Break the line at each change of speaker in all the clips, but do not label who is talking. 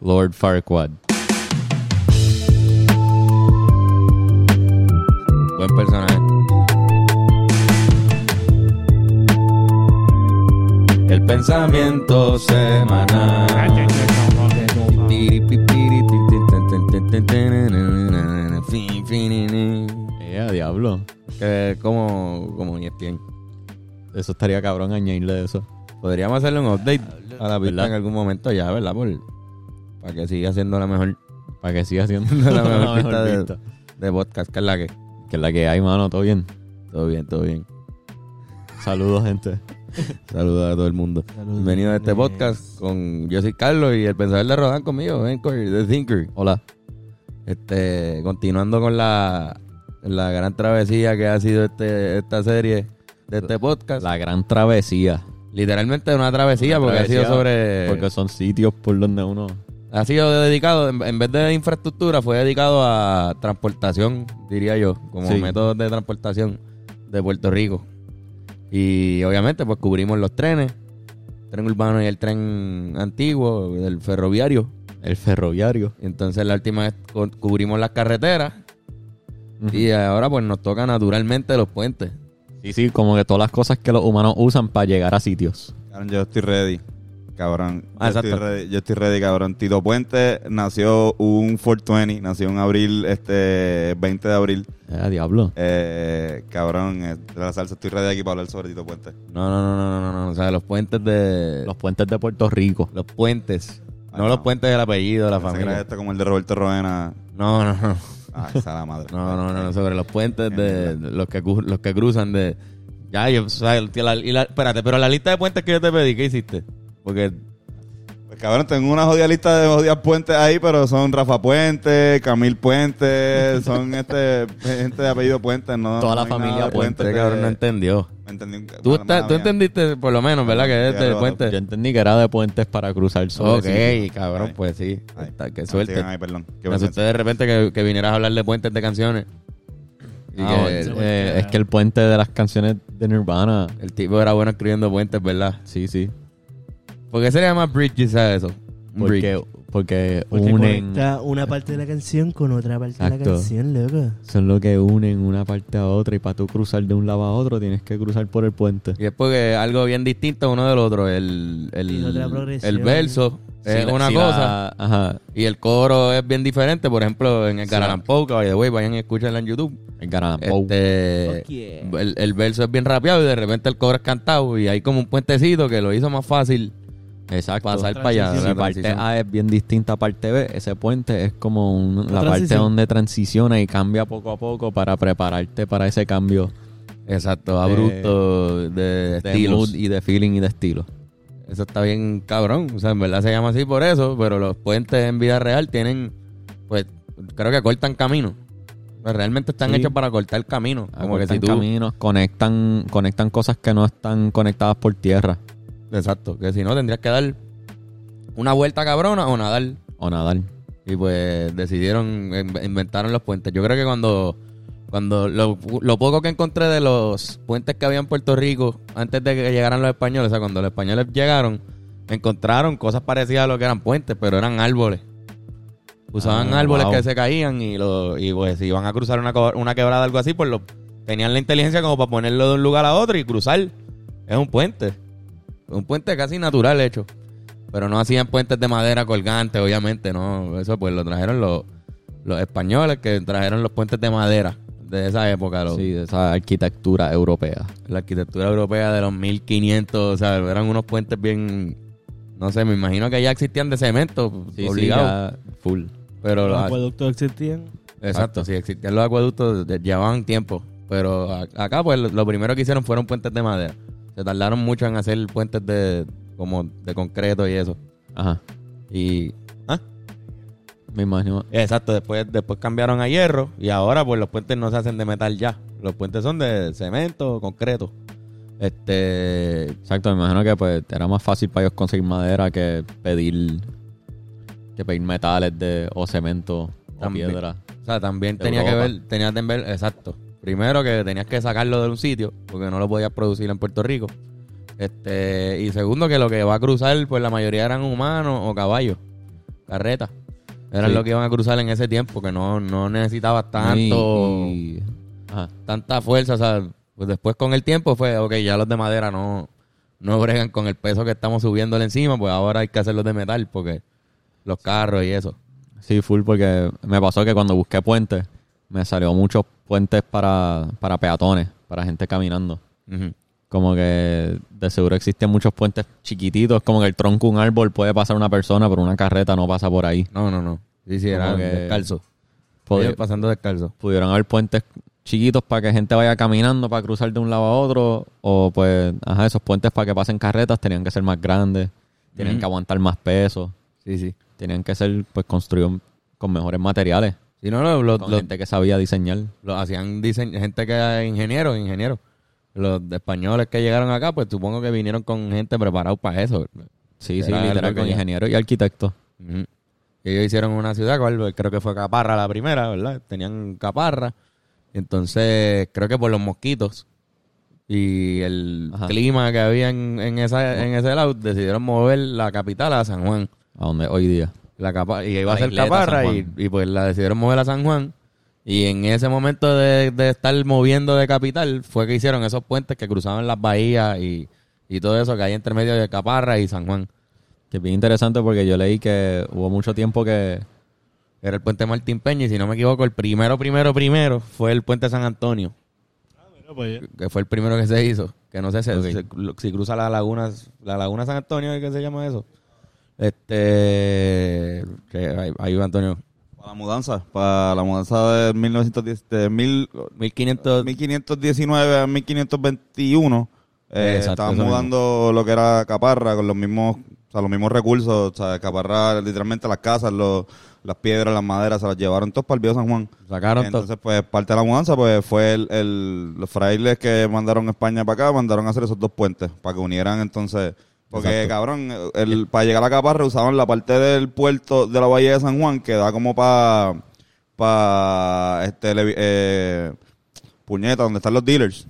Lord Farquaad. Buen personaje. El pensamiento semanal. Eh, a diablo.
Que es como, como ESPN.
Eso estaría cabrón añadirle eso.
Podríamos hacerle un update a la pista
¿Verdad?
en algún momento ya, ¿verdad? Por- para que siga siendo la mejor,
Para que siga siendo
la
la
mejor
mejor
pista de-
pista.
de podcast, que es la que.
Que es la que hay, mano. Todo bien.
Todo bien, todo bien.
Saludos, gente.
Saludos a todo el mundo. Bienvenido a este podcast con yo soy Carlos y el pensador de Rodán conmigo, Anchor, The Thinker.
Hola.
Este, continuando con la, la gran travesía que ha sido este, esta serie de este podcast.
La gran travesía.
Literalmente una travesía,
Una
porque ha
travesía,
sido sobre.
Porque son sitios por donde uno.
Ha sido dedicado, en, en vez de infraestructura, fue dedicado a transportación, diría yo, como
Sí.
métodos de transportación de Puerto Rico. Y obviamente, pues cubrimos los trenes, el tren urbano y el tren antiguo, el ferroviario.
El ferroviario.
Entonces, la última vez co- cubrimos las carreteras y ahora, pues nos toca naturalmente los puentes.
Sí, sí, como que todas las cosas que los humanos usan para llegar a sitios.
Cabrón, yo estoy ready. Cabrón, yo,
Ah,
estoy
exacto.
ready, yo estoy ready, cabrón. Tito Puente nació un 420, nació en abril, este 20 de abril.
Ah, diablo.
Eh, cabrón, eh, de la salsa estoy ready aquí para hablar sobre Tito Puente.
No, no, no, no, no, no, no, o sea, los puentes de.
Los puentes de Puerto Rico.
Los puentes.
Ah,
no,
no.
los puentes del apellido, de la
Pensé que era
familia.
esto como el de Roberto Roena.
No, no, no.
Ah, esa la madre.
No, no, no, no, sobre los puentes de de los que cru- los que cruzan de ya yo o sea, el- la- y la- espérate, pero la lista de puentes que yo te pedí, ¿qué hiciste? Porque
Pues, cabrón, tengo una jodida lista de jodidas puentes ahí, pero son Rafa Puente, Camil Puente, son este gente de apellido Puente, no.
Toda la
no hay nada
familia
de
Puente,
puentes
este
de-
cabrón no entendió.
Me entendí un-
Tú,
mala-
estás-
mala
tú
mía.
entendiste por lo menos, ¿verdad? Que
Ya,
este
ya,
Yo
puente.
entendí que era de puentes para cruzar sobre
Ok,
sitios.
cabrón,
Ay.
pues sí.
Ay,
Está-
ah,
Qué
sigan
suerte.
ahí, perdón. Qué
Me asusté de repente que, que vinieras a hablar de puentes de canciones. Y
Ah,
que
bueno,
el,
eh, es que el puente de las canciones de Nirvana.
el tipo era bueno escribiendo puentes, ¿verdad?
Sí, sí.
¿Por qué se le llama bridges a eso? Un bridge.
Porque, porque
Porque
unen.
conecta una parte de la canción con otra parte de
Exacto.
la canción, loco.
Son lo que unen una parte a otra. Y para tú cruzar de un lado a otro, tienes que cruzar por el puente.
Y es porque algo bien distinto uno del otro. El,
Y otra
el,
progresión.
el verso es
Si la-
una
si la-
cosa
ajá.
y el coro es bien diferente. Por ejemplo, en el
Sí.
Garampou, que by the way, vayan y escúchenla en YouTube.
El Garampou.
Este, el, el verso es bien rapeado y de repente el coro es cantado. Y hay como un puentecito que lo hizo más fácil
Exacto.
pasar para allá.
Si
la
parte
transición.
A es bien distinta a parte B, ese puente es como un- la parte
transición.
donde transiciona y cambia poco a poco para prepararte para ese cambio
Exacto, abrupto, de,
de
estilos.
mood y de feeling y de estilo.
Eso está bien cabrón. O sea, en verdad se llama así por eso, pero los puentes en vida real tienen, pues, creo que cortan camino. O sea, Realmente están
Sí. Ah,
hechos para cortar camino. Como que
Acortan
si tú.
caminos, conectan, conectan cosas que no están conectadas por tierra
Exacto, que si no tendrías que dar una vuelta cabrona o nadar.
o nadar.
Y pues decidieron, in- inventaron los puentes. Yo creo que cuando. Cuando lo, lo poco que encontré de los puentes que había en Puerto Rico antes de que llegaran los españoles, o sea, cuando los españoles llegaron, encontraron cosas parecidas a lo que eran puentes, pero eran árboles. Usaban
Ah,
árboles
wow.
que se caían y, lo, y pues si iban a cruzar una, co- una quebrada o algo así, pues lo, tenían la inteligencia como para ponerlo de un lugar a otro y cruzar. Es un puente. Un puente casi natural hecho. Pero no hacían puentes de madera colgante, obviamente, no. Eso pues lo trajeron los, los españoles que trajeron los puentes de madera de esa época. los-
Sí, de esa arquitectura europea.
La arquitectura europea de los 1500, o sea, eran unos puentes bien... No sé, me imagino que ya existían de cemento,
Sí, sí,
obligado.
ya full.
pero
Los
la-
acueductos existían.
Exacto, sí, existían los acueductos, de- llevaban tiempo. Pero a- acá, pues, lo, lo primero que hicieron fueron puentes de madera. Se tardaron mucho en hacer puentes de como de concreto y eso.
Ajá.
Y. ¿Ah?
Me imagino.
Exacto, después, después cambiaron a hierro y ahora, pues, los puentes no se hacen de metal ya. Los puentes son de cemento, concreto. Este.
Exacto, me imagino que pues era más fácil para ellos conseguir madera que pedir que pedir metales de, o cemento
También.
o piedra.
O sea, también
De
tenía
Europa.
que ver, tenía que ver, exacto. Primero que tenías que sacarlo de un sitio, porque no lo podías producir en Puerto Rico. Este, y segundo que lo que va a cruzar, pues la mayoría eran humanos o caballos. carretas. Eran
Sí.
lo que iban a cruzar en ese tiempo, que no, no necesitabas tanto,
Y- Ajá.
tanta fuerza. O sea, pues después con el tiempo fue, ok, ya los de madera no, no bregan con el peso que estamos subiéndole encima, pues ahora hay que hacerlos de metal, porque los carros y eso.
Sí, full, porque me pasó que cuando busqué puentes, me salió muchos puentes para, para peatones, para gente caminando.
Ujú.
Como que de seguro existen muchos puentes chiquititos, como que el tronco de un árbol puede pasar una persona, pero una carreta no pasa por ahí.
No, no, no. Sí, sí, era
Como que-
descalzo.
Pod-
Ellos pasando descalzo.
pudieron haber puentes chiquitos para que gente vaya caminando para cruzar de un lado a otro, o pues, ajá, esos puentes para que pasen carretas tenían que ser más grandes, tenían que aguantar más peso,
Sí, sí.
tenían que ser pues construidos con mejores materiales,
Si no, los, los,
con
los-
gente que sabía diseñar.
los hacían dicen gente que era ingeniero, ingeniero. Los españoles que llegaron acá, pues supongo que vinieron con gente preparada para eso.
Sí,
Era
sí, literal,
algo que
con
ya-
ingenieros y arquitectos.
Ujú. Y ellos hicieron una ciudad, ¿cuál? creo que fue Caparra la primera, ¿verdad? Tenían Caparra. Entonces, creo que por los mosquitos y el
Ajá.
clima que había en, en esa, en ese lado, decidieron mover la capital a San Juan.
A donde hoy día.
La capa, y iba a
La
ser
isleta
Caparra
San
y,
Juan.
y pues la decidieron mover a San Juan. Y en ese momento de, de estar moviendo de capital fue que hicieron esos puentes que cruzaban las bahías y, y todo eso que hay entre medio de Caparra y San Juan.
Que es bien interesante porque yo leí que hubo mucho tiempo que.
Era el puente Martín Peña y si no me equivoco el primero, primero, primero fue el puente San Antonio, que fue el primero que se hizo. Que no sé si,
Ok.
si- si cruza la laguna, la laguna San Antonio, ¿qué se llama eso? Este... que ahí- ahí va Antonio.
Para la mudanza, para la mudanza de, 1910, de mil-
1500...
1519 a 1521. eh,
Exacto,
estaban
eso mismo.
mudando lo que era Caparra con los mismos, o sea, los mismos recursos. O sea, Caparra, literalmente las casas, los- las piedras, las maderas, se las llevaron todos para el Viejo San Juan.
Sacaron todo.
Entonces, pues parte de la mudanza pues fue el, el- los frailes que mandaron a España para acá, mandaron a hacer esos dos puentes para que unieran entonces. Porque,
Exacto.
cabrón, el, para llegar a Caparra usaban la parte del puerto de la Bahía de San Juan que da como para. para. este. Levi- eh, puñeta, donde están los dealers.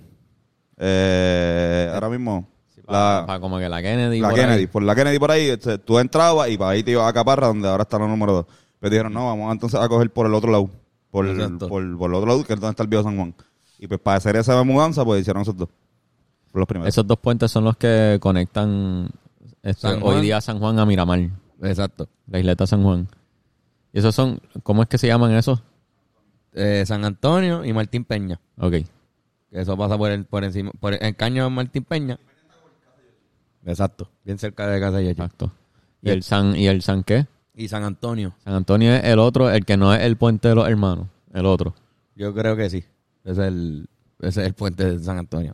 Eh, ahora mismo.
Ah.
la,
Para como que la Kennedy.
la
por ahí.
Kennedy, por la Kennedy por ahí, este, tú entrabas y para ahí te ibas a Caparra, donde ahora está la número 2. Pero dijeron, no, vamos entonces a coger por el otro lado. Por,
Exacto.
por, por el otro lado, que es donde está el viejo San Juan. Y pues para hacer esa mudanza, pues hicieron esos dos. Por los primeros.
Esos dos puentes son los que conectan este,
San Juan.
hoy día San Juan a Miramar,
Exacto.
la isleta San Juan. Y esos son. ¿Cómo es que se llaman esos?
eh, San Antonio y Martín Peña.
Ok.
Que Eso pasa por el, por encima, por el, el caño de Martín Peña. Exacto. Bien cerca de Casa Yecha.
Exacto. ¿Y el San, ¿Y el San qué?
Y San Antonio,
San Antonio es el otro, el que no es el puente de los hermanos. El otro.
yo creo que sí. Ese es el, ese es el puente de San Antonio.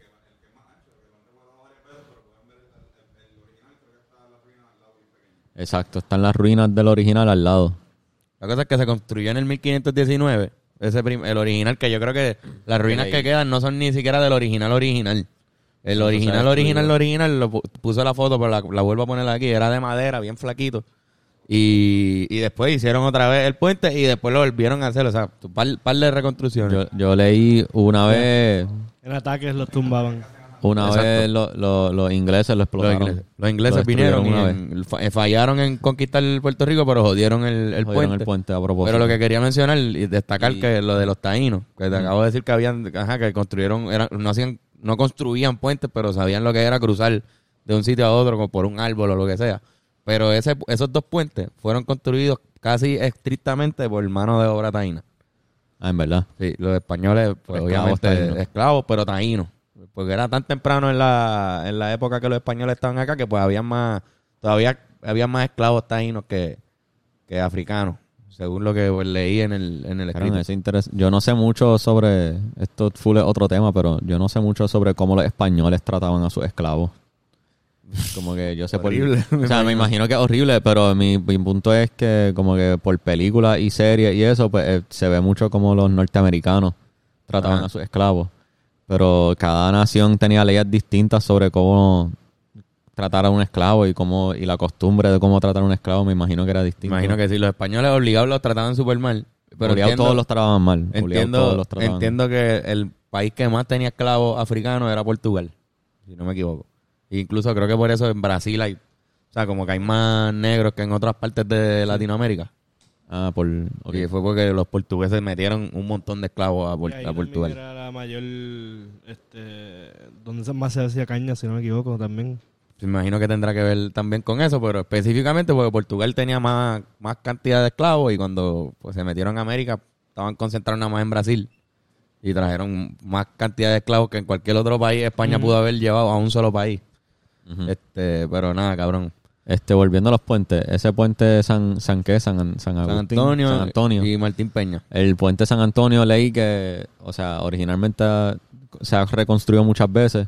Exacto. Están las ruinas del original al lado.
La cosa es que se construyó en el 1519. Ese prim- el original, que yo creo que las ruinas que quedan no son ni siquiera del original original. El original, original, original, lo pu- puse la foto, pero la, la vuelvo a poner aquí. Era de madera, bien flaquito. Y, y después hicieron otra vez el puente y después lo volvieron a hacer. O sea, un par, par de reconstrucciones.
Yo, yo leí una vez.
En ataques los tumbaban.
Una
Exacto.
vez lo- lo- los ingleses lo
los
explotaron.
ingleses, los ingleses
Lo destruyeron
vinieron y
una
en- fa- eh, fallaron en conquistar Puerto Rico, pero jodieron el, el
Jodieron
puente.
el puente a propósito.
Pero lo que quería mencionar y destacar que lo de los taínos, que te acabo de decir que habían, ajá, que construyeron, eran- no hacían, no construían puentes, pero sabían lo que era cruzar de un sitio a otro como por un árbol o lo que sea. Pero ese, esos dos puentes fueron construidos casi estrictamente por mano de obra taína.
Ah, en verdad.
Sí, los españoles, pues,
Esclavos
obviamente,
taínos.
esclavos, pero taínos. Porque era tan temprano en la, en la época que los españoles estaban acá que pues había más, todavía había más esclavos taínos que, que africanos, según lo que pues, leí en el, en el
Cabrón,
escrito.
ese interés- Yo no sé mucho sobre. Esto full es otro tema, pero yo no sé mucho sobre cómo los españoles trataban a sus esclavos. Como que yo sé por.
Horrible, me
o sea, me imagino que es horrible, pero mi, mi punto es que, como que por películas y series y eso, pues eh, se ve mucho como los norteamericanos trataban
Ajá.
a sus esclavos. Pero cada nación tenía leyes distintas sobre cómo tratar a un esclavo y cómo y la costumbre de cómo tratar a un esclavo me imagino que era distinta.
Imagino que sí, los españoles obligados los trataban súper mal. Pero
Obligado
entiendo-
todos los trataban mal. obligado todos
Entiendo,
los trataban-
entiendo que el país que más tenía E esclavos africanos era Portugal, si no me equivoco. Incluso creo que por eso en Brasil hay, o sea, sea, como que hay más negros que en otras partes de Latinoamérica.
Ah, por. ok.
Y fue porque los portugueses metieron un montón de esclavos a, Por-
Y
a
ahí también
Portugal.
Era la mayor. Este, donde se- más se hacía caña, si no me equivoco, también.
Me imagino que tendrá que ver también con eso, pero específicamente porque Portugal tenía más, más cantidad de esclavos y cuando pues, se metieron a América estaban concentrados nada más en Brasil y trajeron más cantidad de esclavos que en cualquier otro país España pudo haber llevado a un solo país. este Pero nada, cabrón.
Este, volviendo a los puentes, ese puente San, San qué, San, San
San
Agustín,
Antonio,
San Antonio.
y Martín Peña.
El puente San Antonio leí que, o sea, originalmente ah, se ha reconstruido muchas veces,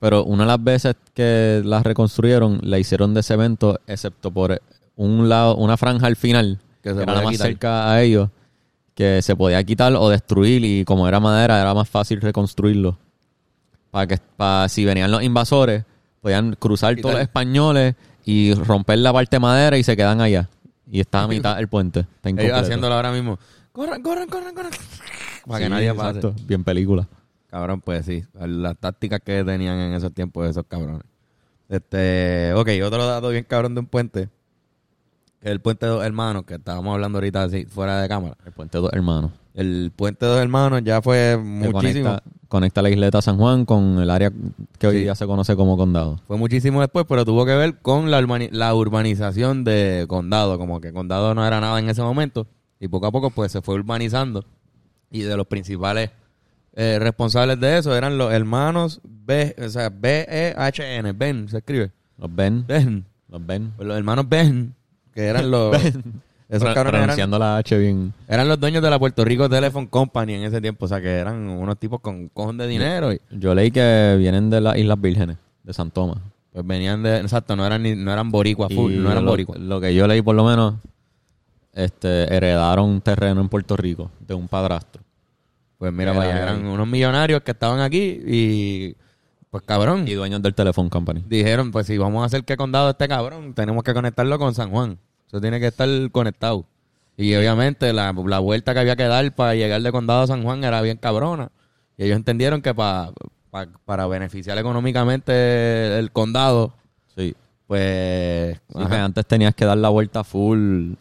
pero una de las veces que la reconstruyeron la hicieron de cemento, excepto por un lado, una franja al final,
Que
que,
se
era la
podía
más
quitar.
cerca a ellos, que se podía quitar o destruir y como era madera era más fácil reconstruirlo. Para que para si venían los invasores, podían cruzar
Quitar.
todos los españoles y romper la parte de madera y se quedan allá. Y está a mitad el puente. Está
Ellos
incompleto.
haciéndolo ahora mismo. Corran, corran, corran, corran. Para que
Sí,
nadie pase.
exacto. Bien película.
Cabrón, pues sí. Las tácticas que tenían en esos tiempos esos cabrones. Este, ok, otro dato bien cabrón de un puente. Que es el puente de dos hermanos, que estábamos hablando ahorita así, fuera de cámara.
El puente dos hermanos.
El puente de dos hermanos ya fue
Que
muchísimo.
Conecta, conecta la isleta San Juan con el área que hoy
Sí.
día se conoce como condado.
Fue muchísimo después, pero tuvo que ver con la, urbani- la urbanización de Condado. Como que Condado no era nada en ese momento. Y poco a poco, pues, se fue urbanizando. Y de los principales eh, responsables de eso eran los hermanos B, o sea, B-E-H-N. Ben, se escribe.
Los ven.
Ben.
Los ven.
Pues los hermanos Ben, que eran los... Esos
Pro-
cabrones eran-
pronunciando la H bien.
eran los dueños de la Puerto Rico Telephone Company en ese tiempo. O sea, que eran unos tipos con un cojón de dinero. Y,
Yo leí que vienen de las Islas Vírgenes, de San Tomás.
pues venían de... Exacto, no eran, ni- no eran boricuas, full,
Y
no eran
lo,
boricuas.
lo que yo leí, por lo menos, este, heredaron terreno en Puerto Rico de un padrastro.
Pues mira,
Era-
vaya, eran unos millonarios que estaban aquí y pues cabrón.
Y dueños del Telephone Company.
dijeron, pues si vamos a hacer que condado este cabrón, tenemos que conectarlo con San Juan. Eso tiene que estar conectado. Y obviamente la, la vuelta que había que dar para llegar de condado a San Juan era bien cabrona. Y ellos entendieron que pa- pa- para beneficiar económicamente el condado,
Sí.
pues...
Sí, que
ajá.
antes tenías que dar la vuelta full.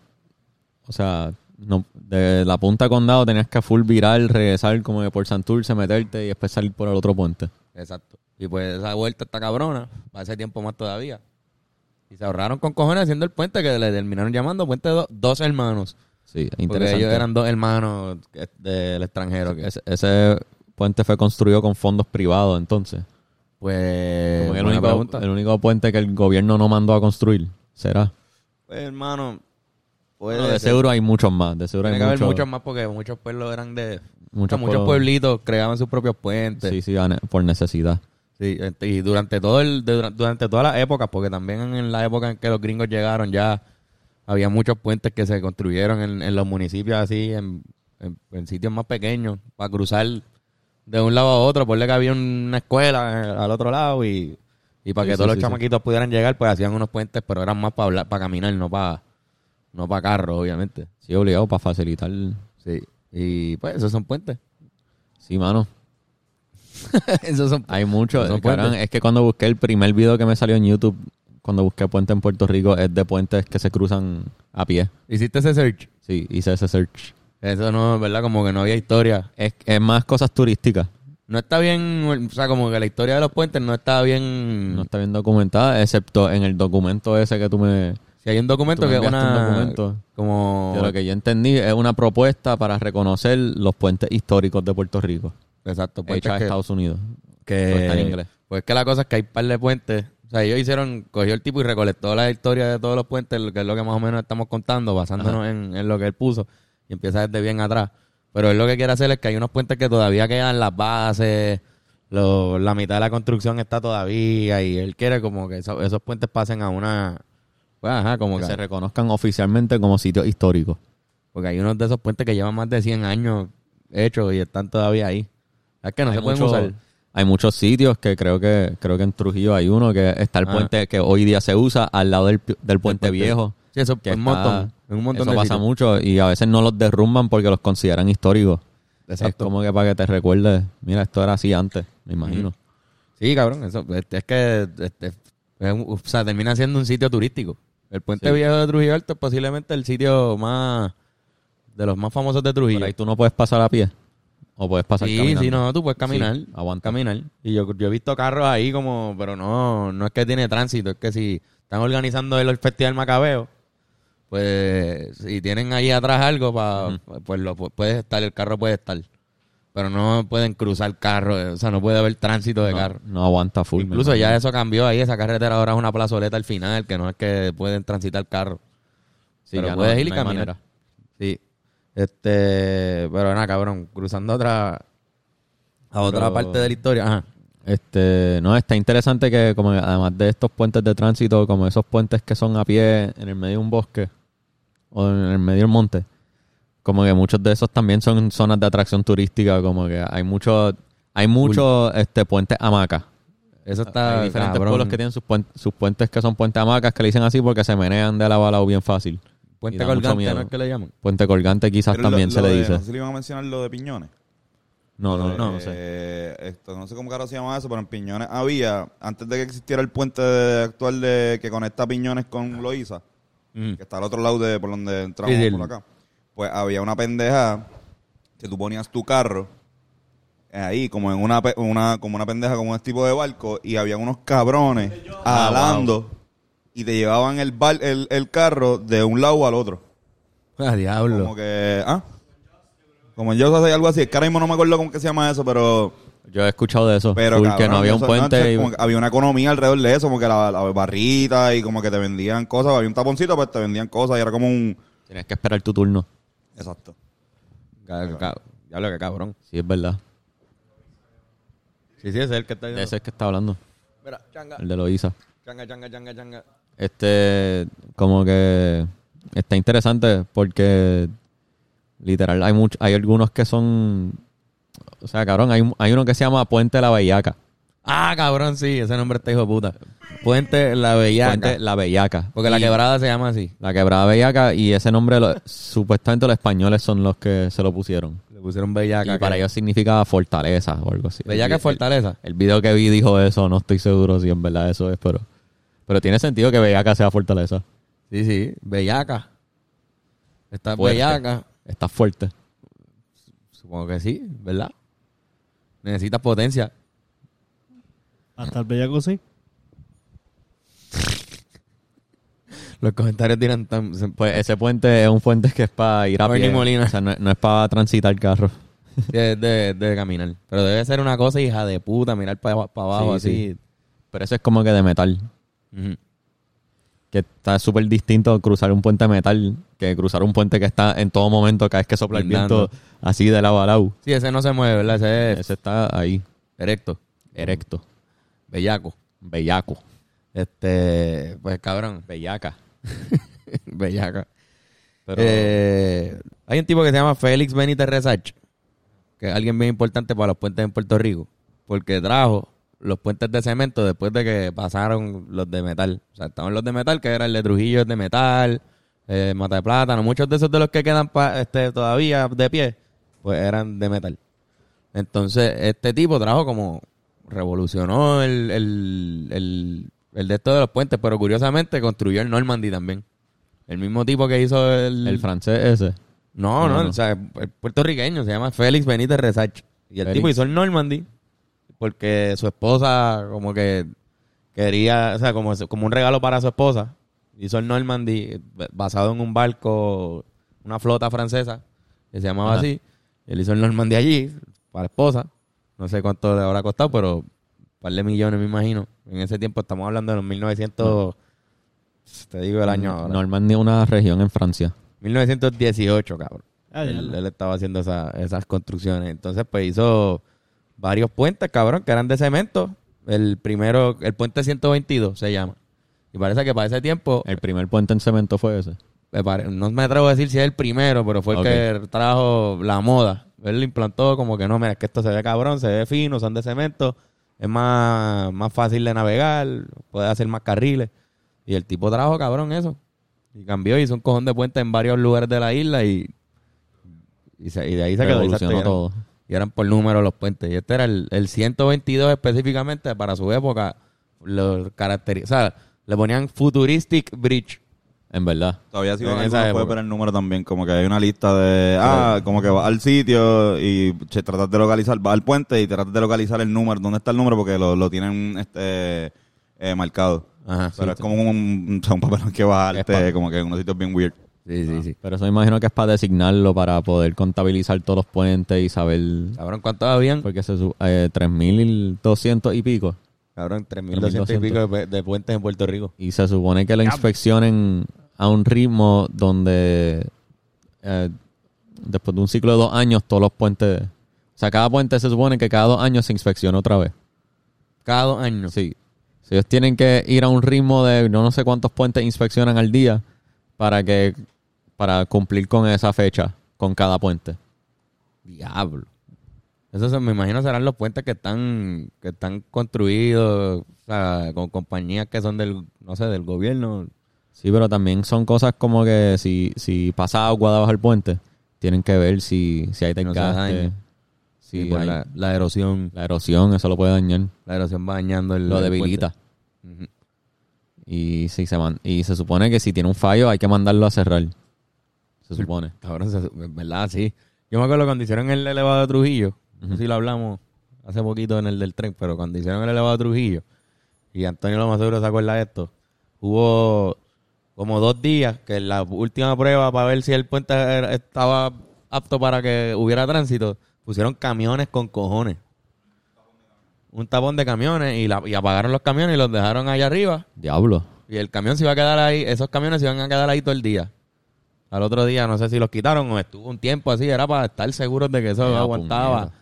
O sea, no, de la punta de condado tenías que full virar, regresar como que por Santurce, meterte y después salir por el otro puente.
Exacto. Y pues esa vuelta está cabrona, para ese tiempo más todavía. Y se ahorraron con cojones haciendo el puente que le terminaron llamando Puente de Do- Dos Hermanos.
Sí,
Porque
interesante.
ellos eran dos hermanos que- del extranjero. Que,
ese, ese puente fue construido con fondos privados entonces.
pues,
Como que el,
buena
único,
pregunta.
el único puente que el gobierno no mandó a construir. ¿Será?
Pues, hermano, puede
Bueno, de
ser.
seguro hay muchos más. De seguro
Tiene que
hay
haber
muchos,
muchos más porque muchos pueblos eran de... Muchos,
Muchos
muchos
pueblos.
pueblitos creaban sus propios puentes.
Sí, sí, a ne- por necesidad.
Sí, este, y durante todo el de- dura- durante todas las épocas, porque también en la época en que los gringos llegaron ya había muchos puentes que se construyeron en, en los municipios así, en, en- en sitios más pequeños, para cruzar de un lado a otro, por que había una escuela eh, al otro lado y, y para
Sí,
que
sí,
todos los
sí, sí.
chamaquitos pudieran llegar, pues hacían unos puentes, pero eran más para para caminar, no para no para carros, obviamente.
Sí, obligado para facilitar.
Sí. Y pues esos son puentes.
Sí, mano.
esos son
Hay muchos.
Son
cabrón.
puentes.
es que cuando busqué el primer video que me salió en YouTube, cuando busqué puente en Puerto Rico, es de puentes que se cruzan a pie.
Hiciste ese search.
Sí, hice ese search.
Eso no, ¿verdad? Como que no había historia.
Es, es más cosas turísticas.
No está bien, o sea, como que la historia de los puentes no está bien.
No está bien documentada, excepto en el documento ese que tú me...
Si hay un documento
Tú me
que es
enviaste
una.
un documento.
Como.
De lo que yo entendí, es una propuesta para reconocer los puentes históricos de Puerto Rico,
Exacto, puentes
hechas en
que,
Estados Unidos.
que-
Pero está en inglés.
Pues que la cosa es que hay par de puentes. O sea, ellos hicieron, cogió el tipo y recolectó la historia de todos los puentes, lo que es lo que más o menos estamos contando, basándonos en, en lo que él puso. Y empieza desde bien atrás. Pero él lo que quiere hacer es que hay unos puentes que todavía quedan las bases, lo- la mitad de la construcción está todavía. Y él quiere como que eso- esos puentes pasen a una. Pues, ajá, como
Que
que.
se reconozcan oficialmente como sitios históricos.
Porque hay unos de esos puentes que llevan más de 100 años hechos y están todavía ahí. Es que no se pueden
mucho-
usar.
hay muchos sitios que creo que creo que en Trujillo hay uno que está el
Ah.
puente que hoy día se usa al lado del, pi- del puente, viejo.
Sí, eso
Que
es un
está-
montón. en un montón
eso
de
pasa
sitios.
mucho y a veces no los derrumban porque los consideran históricos. Es
Exacto.
como que para que te recuerdes, mira, esto era así antes, me imagino.
Sí, cabrón. Eso, este, es que este, Es un- o sea, termina siendo un sitio turístico. El puente viejo de Trujillo Alto es posiblemente el sitio más de los más famosos de
Por
Trujillo.
ahí tú no puedes pasar a pie. O puedes pasar
Sí,
caminando.
sí, no, tú puedes caminar.
Sí, aguanta.
Caminar. Y yo, yo he visto carros ahí como, pero no, no es que tiene tránsito, es que si están organizando el Festival Macabeo, pues si tienen ahí atrás algo, pa, pues lo pu- puedes estar, el carro puede estar. Pero no pueden cruzar carros, eh, o sea, no puede haber tránsito de carro.
No aguanta full. me
Incluso ya
imagino.
eso cambió ahí, esa carretera ahora es una plazoleta al final, que no es que pueden transitar carros.
Sí,
pero
ya
puedes
no-
ir y
no hay
caminar.
manera.
Sí. Este, pero nada, cabrón, cruzando otra a otra
Pero-
parte de la historia. Ajá.
Este, no, está interesante que como además de estos puentes de tránsito, como esos puentes que son a pie en el medio de un bosque o en el medio del monte, como que muchos de esos también son zonas de atracción turística, como que hay muchos hay muchos este puentes hamacas.
Eso está
Hay diferentes
cabrón.
pueblos que tienen sus, puen- sus puentes que son puentes hamacas que le dicen así porque se menean de lado a lado bien fácil. y
puente
da mucho
colgante,
miedo.
¿no es que le llaman?
Puente colgante quizás
Pero lo-
también se
lo
le
de-
dice.
No sé si le iban a mencionar lo de piñones.
No, no, no,
Eh,
no sé.
esto, no sé cómo caro se llama eso, pero en Piñones había, antes de que existiera el puente de- actual de, que conecta Piñones con Loíza,
Mm.
que está al otro lado de por donde entramos
Sí, sí,
por
el-
acá, pues había una pendeja que tú ponías tu carro ahí, como en una, pe- una como una pendeja, como un tipo de barco, y había unos cabrones alando y te llevaban el, bar- el, el carro de un lado al otro.
Ah, diablo.
Como que, ¿ah? Como yo hacía algo así, es que ahora mismo no me acuerdo cómo que se llama eso, pero...
Yo he escuchado de eso.
Pero
full,
cabrón,
que no había un
eso, entonces,
puente. y-
como que había una economía alrededor de eso, como que la, la barrita y como que te vendían cosas. Había un taponcito, pues te vendían cosas y era como un.
Tienes que esperar tu turno.
Exacto.
Ca- ca- Diablo, que cabrón.
Sí, es verdad.
Sí, sí, ese es el que está
De ese es que está hablando,
Mira, changa,
el de Loiza.
changa, changa, changa, changa.
Este, como que está interesante porque literal hay much- hay algunos que son, o sea, cabrón, hay, hay uno que se llama Puente La Bellaca.
Ah, cabrón, sí, ese nombre está hijo de puta. Puente La Bellaca.
Puente La Bellaca.
Porque la quebrada se llama así.
La quebrada Bellaca y ese nombre lo- supuestamente los españoles son los que se lo pusieron.
Le pusieron
Y
Bellaca.
para
que-
ellos significa fortaleza o algo así.
Bellaca es
El-
fortaleza.
El video que vi dijo eso, no estoy seguro si en verdad eso es, pero pero tiene sentido que Bellaca sea fortaleza.
Sí, sí, Bellaca. Está
Fuerte.
Bellaca.
Está fuerte.
Supongo que sí, ¿verdad? Necesitas potencia.
Hasta el bellaco sí.
Los comentarios dirán tan... se-
Pues ese puente es un puente que es para ir a
Bernie
pie.
Molina.
O sea, no, no es para transitar carro.
Sí, es de, de caminar. Pero debe ser una cosa hija de puta, mirar para abajo
Sí,
así.
Pero eso es como que de metal.
Ujú.
Que está súper distinto cruzar un puente de metal que cruzar un puente que está en todo momento, cada vez que sopla el
Guindando.
viento, así de lado a lado.
Sí, ese no se mueve, ¿verdad? Ese es
Ese está ahí,
erecto,
erecto,
bellaco.
bellaco,
Este, pues cabrón,
bellaca.
bellaca.
Pero
Eh, hay un tipo que se llama Félix Benítez Resach, que es alguien bien importante para los puentes en Puerto Rico, porque trajo los puentes de cemento después de que pasaron los de metal. O sea, estaban los de metal, que era el de Trujillo, el de metal, eh, Mata de Plátano, muchos de esos de los que quedan pa- este, todavía de pie, pues eran de metal. Entonces, este tipo trajo como revolucionó el, el, el, el de esto de los puentes, pero curiosamente construyó el Normandy también. El mismo tipo que hizo el,
el francés ese.
no, no,
No, no.
o sea, el puertorriqueño se llama Félix Benítez Resach. Y el
Félix.
tipo hizo el Normandy porque su esposa como que quería, o sea, como, como un regalo para su esposa. Hizo el Normandy eh, basado en un barco, una flota francesa que se llamaba
Ajá.
así. Él hizo el Normandy allí para la esposa. No sé cuánto le habrá costado, pero un par de millones me imagino. En ese tiempo estamos hablando de los 1900, te digo el
Mm,
año ahora.
Normandy es una región en Francia.
1918, cabrón.
Ah, ya,
Él,
ya.
él estaba haciendo esa- esas construcciones. Entonces, pues hizo varios puentes, cabrón, que eran de cemento. El primero, el puente 122 se llama. Y parece que para ese tiempo,
El primer puente en cemento fue ese.
me pare- no me atrevo a decir si es el primero, pero fue el que trajo la moda. Él lo implantó como que no, mira, es que esto se ve cabrón, se ve fino, son de cemento, es más, más fácil de navegar, puede hacer más carriles. Y el tipo trajo, cabrón, eso. Y cambió, hizo un cojón de puente en varios lugares de la isla y, y, se- y de ahí se quedó. y se
Revolucionó
estuvieron-
todo.
y eran por número los puentes. Y este era el, el 122 específicamente para su época. lo caracteri- O sea, le ponían Futuristic Bridge.
En verdad.
Todavía sigo
En
en
esa
esa
época.
puede ver el número también, como que hay una lista de, ah, como que vas al sitio y che, tratas de localizar, vas al puente y tratas de localizar el número, dónde está el número porque lo, lo tienen este eh, marcado.
Ajá,
Pero
sí,
es como un, o sea, un papelón que va este,
Es pa-
como que en unos sitios bien weird.
Sí, sí, sí.
Pero eso me imagino que es para designarlo, para poder contabilizar todos los puentes y saber.
Cabrón, ¿cuántos habían?
Porque se su- eh, 3.200 y pico.
Cabrón, 3.200 y pico de, de puentes en Puerto Rico.
Y se supone que la inspeccionen a un ritmo donde eh, después de un ciclo de dos años todos los puentes... O sea, cada puente se supone que cada dos años se inspecciona otra vez.
Cada dos años.
Sí. Si ellos tienen que ir a un ritmo de no, no sé cuántos puentes inspeccionan al día para que para cumplir con esa fecha, con cada puente.
Diablo. Esos son- me imagino serán los puentes que están que están construidos o sea, con compañías que son del no sé del gobierno.
Sí, pero también son cosas como que si, si pasa agua debajo del puente, tienen que ver si, si hay
Que no se
desgaste,
dañe.
si
Tipo,
hay-
la, la erosión,
la erosión, eso lo puede dañar.
la erosión va dañando el
lo
el
debilita.
puente. Ujú.
Y si se man- y se supone que si tiene un fallo hay que mandarlo a cerrar. Se supone.
Cabrón, se- en verdad sí. Yo me acuerdo cuando hicieron el elevado de Trujillo, no sé si lo hablamos hace poquito en el del tren, pero cuando hicieron el elevado de Trujillo y Antonio lo más seguro se acuerda de esto, hubo como dos días que la última prueba para ver si el puente era- estaba apto para que hubiera tránsito, pusieron camiones con cojones. Un tapón de camiones y, la- y apagaron los camiones y los dejaron allá arriba
Diablo.
y el camión se iba a quedar ahí, esos camiones se iban a quedar ahí todo el día. Al otro día, no sé si los quitaron o estuvo un tiempo así, era para estar seguros de que eso
Era
aguantaba.
puñeta.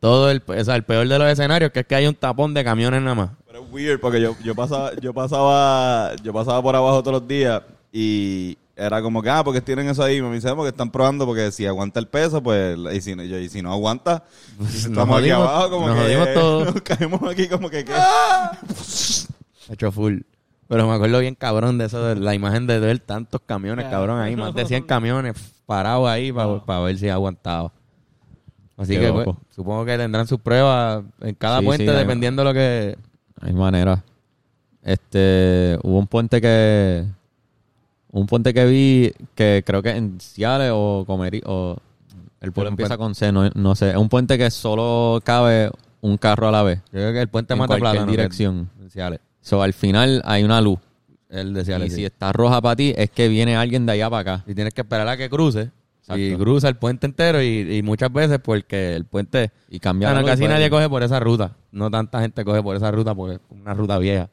Todo el, o sea, el peor de los escenarios que es que hay un tapón de camiones nada más.
Pero es weird porque yo, yo pasaba, yo pasaba, yo pasaba por abajo todos los días y era como que, ah, porque tienen eso ahí, me dicen porque están probando porque si aguanta el peso, pues, y si, no- yo, y si no aguanta, estamos aquí
Pues jodimos,
abajo como
nos
que
jodimos todos. Ah.
nos caemos aquí como que, ¿qué?
Hecho full. Pero me acuerdo bien cabrón de eso, de la imagen de ver tantos camiones, cabrón, ahí, más de 100 camiones pf, parados ahí para, ver si aguantaba. Así
Qué
que pues,
loco.
supongo que tendrán sus pruebas en cada
Sí,
puente,
sí, hay-
dependiendo lo que...
Hay manera. Este, hubo un puente que un puente que vi que creo que en Ciales o Comerí o el pueblo
Un
empieza con C, no, no sé, es un puente que solo cabe un carro a la vez.
Yo creo que el puente
En
Mata
cualquier
Plátano, que-
dirección.
Ciales.
So, al final hay una luz.
El de Ciales,
y
sí.
si está roja para ti, es que viene alguien de allá para acá.
Y tienes que esperar a que cruce.
Exacto.
Y cruza el puente entero y, y muchas veces porque el puente...
Y cambia la
Bueno,
luz,
Ah, casi
pues,
nadie coge por esa ruta. No tanta gente coge por esa ruta porque es una ruta vieja.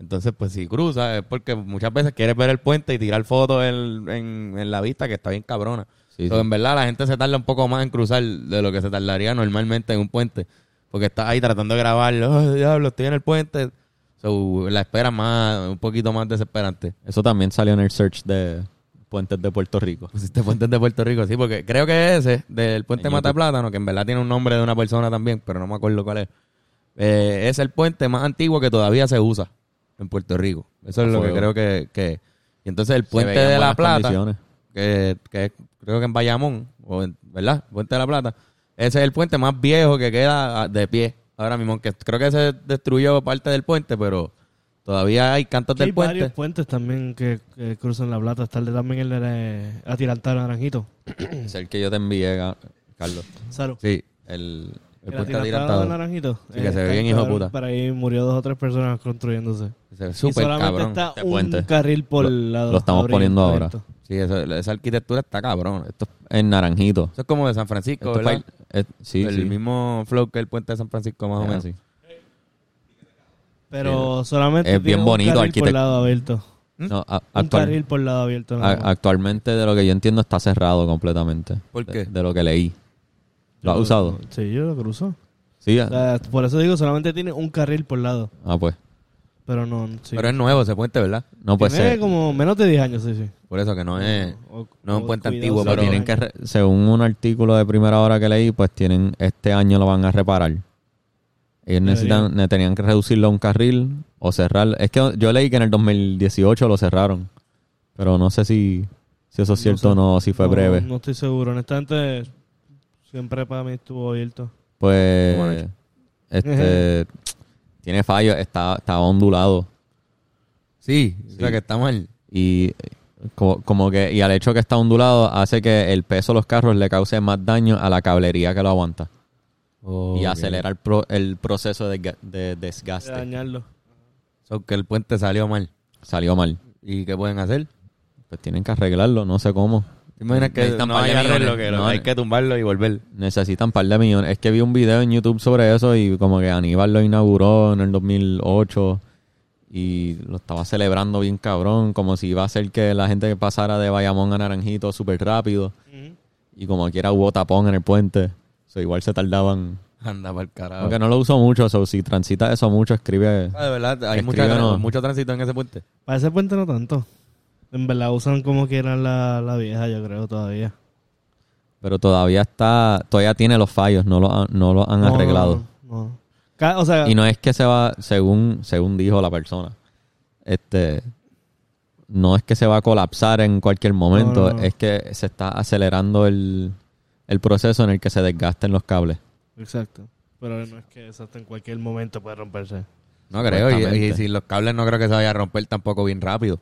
Entonces, pues si cruza es porque muchas veces quieres ver el puente y tirar fotos en, en- en la vista que está bien cabrona.
Sí,
Entonces,
sí.
en verdad la gente se tarda un poco más en cruzar de lo que se tardaría normalmente en un puente. Porque estás ahí tratando de grabarlo. "Ay, diablo, estoy en el puente. So, la espera es más, un poquito más desesperante.
Eso también salió en el search de puentes de Puerto Rico.
Pusiste puentes de Puerto Rico, sí, porque creo que ese, del puente
En YouTube.
Mataplátano, que en verdad tiene un nombre de una persona también, pero no me acuerdo cuál es. eh, es el puente más antiguo que todavía se usa en Puerto Rico. Eso es
A
lo que
fuego.
creo que... que- y entonces el
Se
puente
veían
de la
buenas
Plata,
condiciones.
que, que es- creo que en Bayamón, o en- ¿verdad? Puente de la Plata. Ese es el puente más viejo que queda ah, de pie ahora mismo, aunque creo que se destruyó parte del puente, pero todavía hay cantos
Que Hay
del puente.
varios puentes también que, que cruzan la plata. Está el de también el de Atirantado Naranjito.
Es el que yo te envié, Ga- Carlos.
Salud.
Sí,
El,
el
El
puente
atirantado,
atirantado.
Naranjito.
Sí, que se ve
está
bien hijo de
cabrón,
puta.
Para ahí murió dos o tres personas construyéndose.
Se ve
y
Súper
solamente
cabrón.
está
este
un
puente.
carril por
Lo-
lado.
lo estamos poniendo ahora.
Sí, eso- esa arquitectura está cabrón. Esto,
En naranjito.
eso es como de San Francisco,
Esto
¿verdad?
fue- eh, sí,
el
sí.
mismo flow que el puente de San Francisco, más o
Es
menos.
así.
Pero solamente
Es
tiene
bien
un
bonito,
carril
arquitect-
por lado abierto.
No, a-
Un
actual-
carril por lado abierto. nada más.
a- actualmente, de lo que yo entiendo, está cerrado completamente.
¿Por
De-
qué?
De, lo que leí. ¿Lo has
Yo-
usado? Ah.
Sí, yo lo cruzo.
Sí.
O sea, por eso digo, solamente tiene un carril por lado.
Ah, pues.
Pero no, sí.
Pero es nuevo ese puente, ¿verdad?
No pues, puede
tiene
ser.
como menos de 10 años, sí, sí.
Por eso que no es,
O-
no es
o
un puente
cuidado,
antiguo,
sí,
pero
Tienen
tienen
que, re- según un artículo de primera hora que leí, pues tienen, este año lo van a reparar. Ellos necesitan, ne- tenían que reducirlo a un carril o cerrar. Es que yo leí que en el 2018 lo cerraron, pero no sé si, si eso es cierto o no, si fue
No,
breve.
No estoy seguro. Honestamente, siempre para mí estuvo abierto.
Pues,
Bueno hecho.
este, tiene fallos, está, está ondulado.
Sí, o sea que está mal.
Y eh, como, como que, y al hecho que está ondulado, hace que el peso de los carros le cause más daño a la cablería que lo aguanta. Y acelera el, pro- el proceso de, ga- de
De
desgaste.
dañarlo.
So, que el puente salió mal.
Salió mal.
¿Y qué pueden hacer?
Pues tienen que arreglarlo, no sé cómo.
¿Te imaginas que
Necesitan
no
par
hay
de
arreglo,
millones.
que lo-
No,
hay
no.
que tumbarlo y volver?
Necesitan par de millones. Es que vi un video en YouTube sobre eso y como que Aníbal lo inauguró en el 2008 y lo estaba celebrando bien cabrón, como si iba a ser que la gente pasara de Bayamón a Naranjito súper rápido y como quiera hubo tapón en el puente. O sea, igual se tardaban.
Anda para el carajo.
Aunque no lo uso mucho, o sea, si transita eso mucho, escribe...
Ah, de verdad, hay
Escribe,
mucha-
no.
mucho tránsito en ese puente.
Para ese puente no tanto. En verdad usan como quieran la, la vieja, yo creo, todavía.
Pero todavía está, todavía tiene los fallos, no lo, han- no lo han
No,
arreglado.
no, no, no. Ca- O sea,
Y no es que se va, según, según dijo la persona, este, no es que se va a colapsar en cualquier momento,
No, no, no.
es que se está acelerando el, el proceso en el que se desgasten los cables.
exacto. Pero no es que exacto en cualquier momento puede romperse.
No creo, y- y,
Supuestamente.
si los cables no creo que se vaya a romper tampoco bien rápido.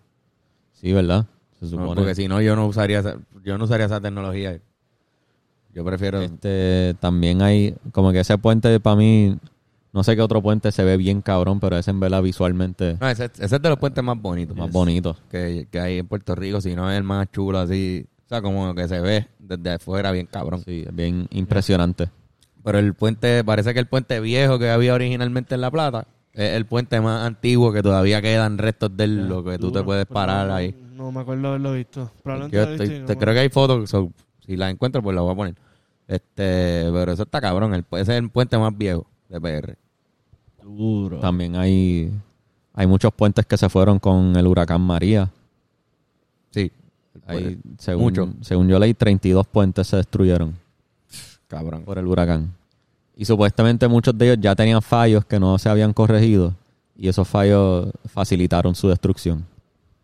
Sí, ¿verdad?
Ah,
Se
No,
supone.
porque si no, yo no usaría esa, yo no usaría esa tecnología. Yo prefiero.
Este, también hay, como que ese puente para mí, no sé qué otro puente se ve bien cabrón, pero ese en vela visualmente
No, ese, ese es de los puentes más bonitos.
más bonito.
Que, que hay en Puerto Rico, si no es el más chulo así. O sea, como que se ve desde afuera bien cabrón.
Sí, es bien impresionante.
Pero el puente, parece que el puente viejo que había originalmente en La Plata es el puente más antiguo que todavía quedan restos de él, lo que tú te
Duro,
puedes
pero
parar
no-
ahí.
No me acuerdo haberlo visto. Probablemente
Yo
lo he visto
estoy-
y no
te-
me-
creo que hay fotos, so, si las encuentro, pues las voy a poner. Este, pero eso está cabrón, el, ese es el puente más viejo de PR.
Duro.
También hay, hay muchos puentes que se fueron con el huracán María.
Sí,
Hay,
Ahí,
según,
Pues, mucho.
según yo leí, 32 puentes se destruyeron
cabrón.
por el huracán. Y supuestamente muchos de ellos ya tenían fallos que no se habían corregido y esos fallos facilitaron su destrucción.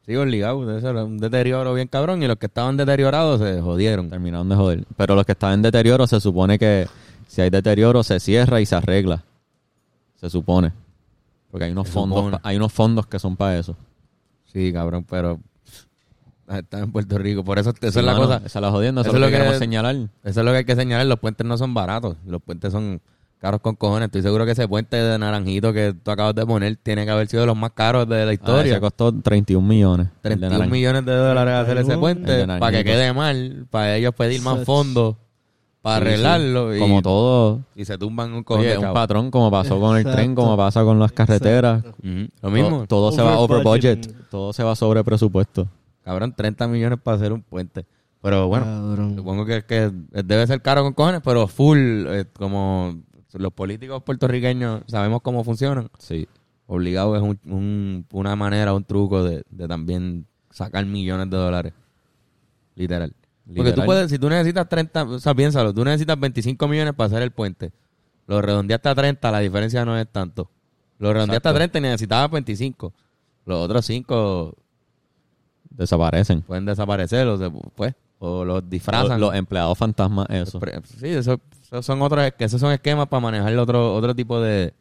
Sí, obligado, eso era un deterioro bien cabrón y los que estaban deteriorados se jodieron.
Terminaron de joder. Pero los que están en deterioro se supone que si hay deterioro se cierra y se arregla. Se supone. Porque hay unos,
Se
fondos,
supone.
pa- hay unos fondos que son para eso.
Sí, cabrón, pero ah, están en Puerto Rico, por eso esa
Sí,
es la
mano,
cosa.
Esa es la jodienda. Eso, es lo que queremos señalar.
Eso es lo que hay que señalar. Los puentes no son baratos. Los puentes son caros con cojones. Estoy seguro que ese puente de naranjito que tú acabas de poner tiene que haber sido de los más caros de la
Ah,
historia.
ese costó 31 millones. el de
31
naranja.
millones de dólares hacer ese
Algún-
El
puente
de
para que
naranjito.
quede mal, para ellos pedir más
Sach.
fondos para
Sí, sí.
arreglarlo. Y,
Como todo.
y se tumban un cojón
Oye,
de
un
cabo.
patrón como pasó con el
Exacto.
tren, como pasa con las carreteras.
Ujú, Lo mismo.
To- Todo, se va
Over
over budget.
budgeting.
Todo se va sobre presupuesto.
Cabrón, 30 millones para hacer un puente. Pero bueno,
Cabrón.
Supongo que, que debe ser caro con cojones, pero full, eh, como los políticos puertorriqueños sabemos cómo funcionan.
Sí.
Obligado es un- un- una manera, un truco de, de también sacar millones de dólares. Literal. Porque tú
Literal.
puedes, si tú necesitas 30, o sea, piénsalo, tú necesitas 25 millones para hacer el puente. Lo redondeaste a 30, la diferencia no es tanto. Lo redondeaste a 30 y necesitabas 25. Los otros 5
Desaparecen.
pueden desaparecer o, se- pues, o los disfrazan.
Los, los empleados fantasmas, eso.
Pre- Sí, eso, esos son otros, que esos son esquemas para manejar otro, otro tipo de,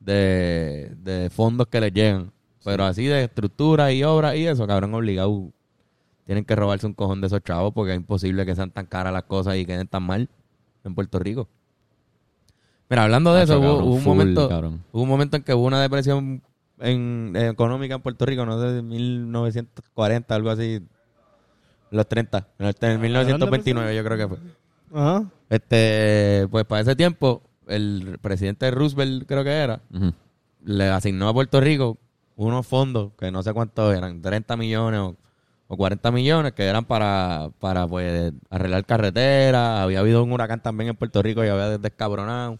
de, de fondos que les llegan. Pero así de estructura y obras y eso, cabrón, obligado. Tienen que robarse un cojón de esos chavos porque es imposible que sean tan caras las cosas y queden tan mal en Puerto Rico. Mira, hablando de
Hacho,
eso, hubo,
cabrón,
hubo un
full,
momento,
cabrón.
hubo un momento en que hubo una depresión en- eh, económica en Puerto Rico, no sé, de 1940, algo así, los 30, en el- en 1929 yo creo que fue.
Ajá.
Este, pues para ese tiempo, el presidente Roosevelt, creo que era,
Ujú.
le asignó a Puerto Rico unos fondos que no sé cuántos eran, 30 millones o, o 40 millones, que eran para, para pues, arreglar carreteras. Había habido un huracán también en Puerto Rico y había descabronado.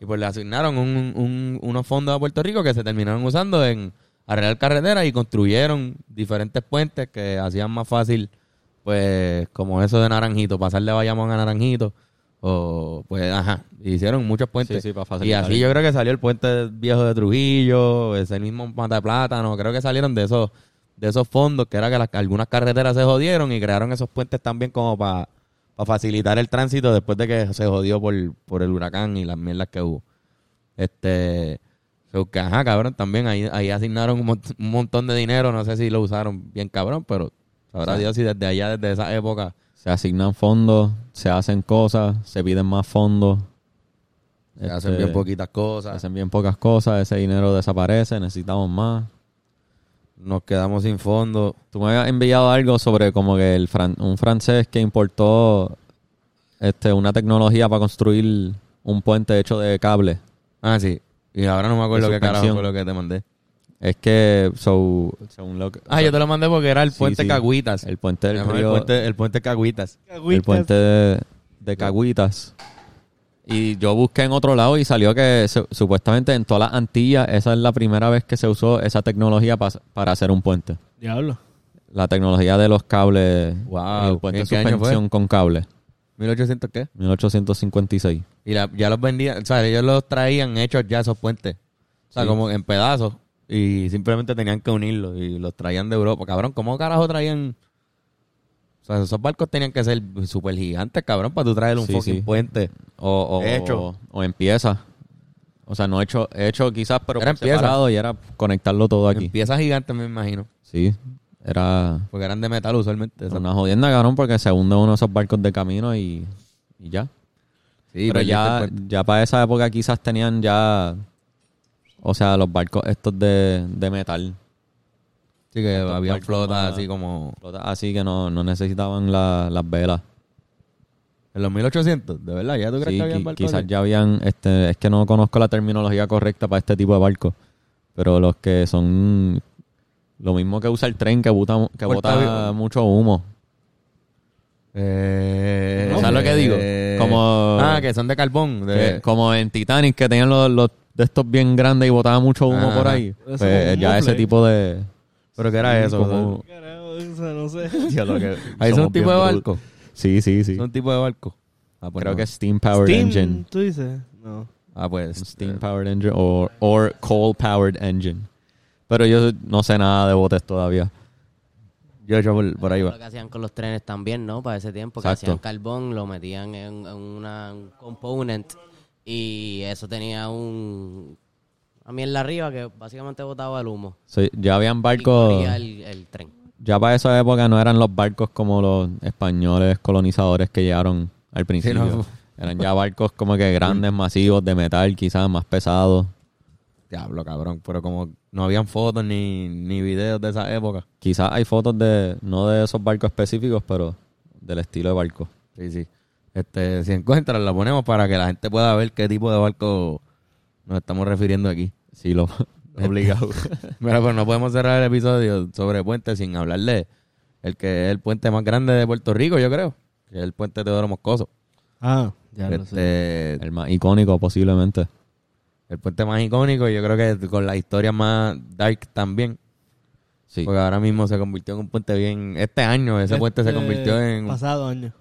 Y pues le asignaron un- un- unos fondos a Puerto Rico que se terminaron usando en arreglar carreteras y construyeron diferentes puentes que hacían más fácil, pues, como eso de Naranjito, pasar de Bayamón a Naranjito. O, pues, ajá, hicieron muchos puentes.
Sí, sí, para
y
facilitar.
así yo creo que salió el puente viejo de Trujillo, ese mismo Mata de Plátano, creo que salieron de esos de esos fondos, que era que las- algunas carreteras se jodieron y crearon esos puentes también como para facilitar el tránsito después de que se jodió por, por el huracán y las mierdas que hubo. Este, So, que, ajá, cabrón, también ahí, ahí asignaron un, mont- un montón de dinero. No sé si lo usaron bien, cabrón, pero sabrá
Sí.
Dios si desde allá, desde esa época.
Se asignan fondos, se hacen cosas, se piden más fondos.
Se hacen
Este,
bien poquitas
se
cosas.
hacen bien pocas cosas, ese dinero desaparece, necesitamos más.
Nos quedamos sin fondo.
Tú me habías enviado algo sobre como que el fran- un francés que importó este, una tecnología para construir un puente hecho de cable.
Ah, sí. Y ahora no me acuerdo
De
qué carajo
suspensión.
fue lo que te mandé.
Es que, so, según lo que-
Ah, yo te lo mandé porque era el
Sí,
puente
sí.
Cagüitas.
el puente del
Llamaba El,
río,
puente, el puente Cagüitas.
el puente de, de Cagüitas. Y yo busqué en otro lado y salió que su- supuestamente en todas las Antillas esa es la primera vez que se usó esa tecnología pa- para hacer un puente.
Diablo.
La tecnología de los cables.
Wow,
El puente
¿en
de
qué año fue?
suspensión con cable.
¿1800 qué?
1856.
Y la- ya los vendían, o sea, ellos los traían hechos ya esos puentes. O sea,
Sí.
como en pedazos. Y simplemente tenían que unirlos y los traían de Europa. Cabrón, ¿cómo carajo traían? O sea, esos barcos tenían que ser súper gigantes, cabrón, para tú traer un
Sí,
fucking
sí.
puente.
O, o,
Hecho.
O, o en piezas. O sea, no hecho, hecho quizás, pero
Era
por
en piezas.
separado y era conectarlo todo aquí.
En piezas gigantes, me imagino.
Sí. Era
Porque eran de metal usualmente. esas.
una jodienda, cabrón, porque se hunde uno de esos barcos de camino y, y ya.
Sí,
pero
perdiste el
ya,
puente.
ya para esa época quizás tenían ya. O sea, los barcos estos de, de metal.
Sí, que
estos
había
barcos
flotas
más-
así como...
Así que no, no necesitaban la- las velas.
En los 1800, de verdad, ¿ya tú crees
Sí,
que había
qui-
barcos
quizás
así?
ya habían, este, es que no conozco la terminología correcta para este tipo de barcos, pero los que son mm, lo mismo que usa el tren que bota, que
Puerta
bota
avi-
mucho humo.
Eh,
¿No? ¿Sabes lo que digo?
eh,
Como-
Ah, que son de carbón. De...
Que como en Titanic que tenían los, los de estos bien grandes y botaban mucho humo
Ajá.
por ahí.
Eso
Pues,
como un
ya ese
mofle.
tipo de
¿Pero qué era eso?
como-
Carajo, eso no sé.
Ahí son
somos
un tipo
bien
de
brutos.
barco.
Sí, sí, sí.
Son un tipo de barco. Ah, pues
Creo
no.
que es steam powered
Steam,
engine.
¿Tú dices? No.
Ah, pues.
Steam powered engine o or coal powered engine. Pero yo no sé nada de botes todavía.
Yo, yo por, por ahí
Lo
va.
que hacían con los trenes también, ¿no? Para ese tiempo, que
Exacto.
hacían carbón, lo metían en, en una, un component y eso tenía un... A mí en la arriba que básicamente botaba el humo.
So, ya habían
y
barcos.
corría el, el tren.
Ya para esa época no eran los barcos como los españoles colonizadores que llegaron al principio.
no.
Eran ya barcos como que grandes, masivos, de metal, quizás más pesados.
Diablo, cabrón. Pero como no habían fotos ni, ni videos de esa época.
Quizás hay fotos de, no de esos barcos específicos, pero del estilo de barco.
Sí, sí. Este, si encuentran, la ponemos para que la gente pueda ver qué tipo de barco nos estamos refiriendo aquí.
Sí, lo
Obligado. Mira, pues no podemos cerrar el episodio sobre puentes sin hablarle el que es el puente más grande de Puerto Rico, yo creo. Que es el puente Teodoro Moscoso.
Ah, ya lo sé.
Este,
el más icónico posiblemente.
El puente más icónico y yo creo que con la historia más dark también.
Sí.
Porque ahora mismo se convirtió en un puente bien... Este año ese puente se
Este,
convirtió en...
Pasado año.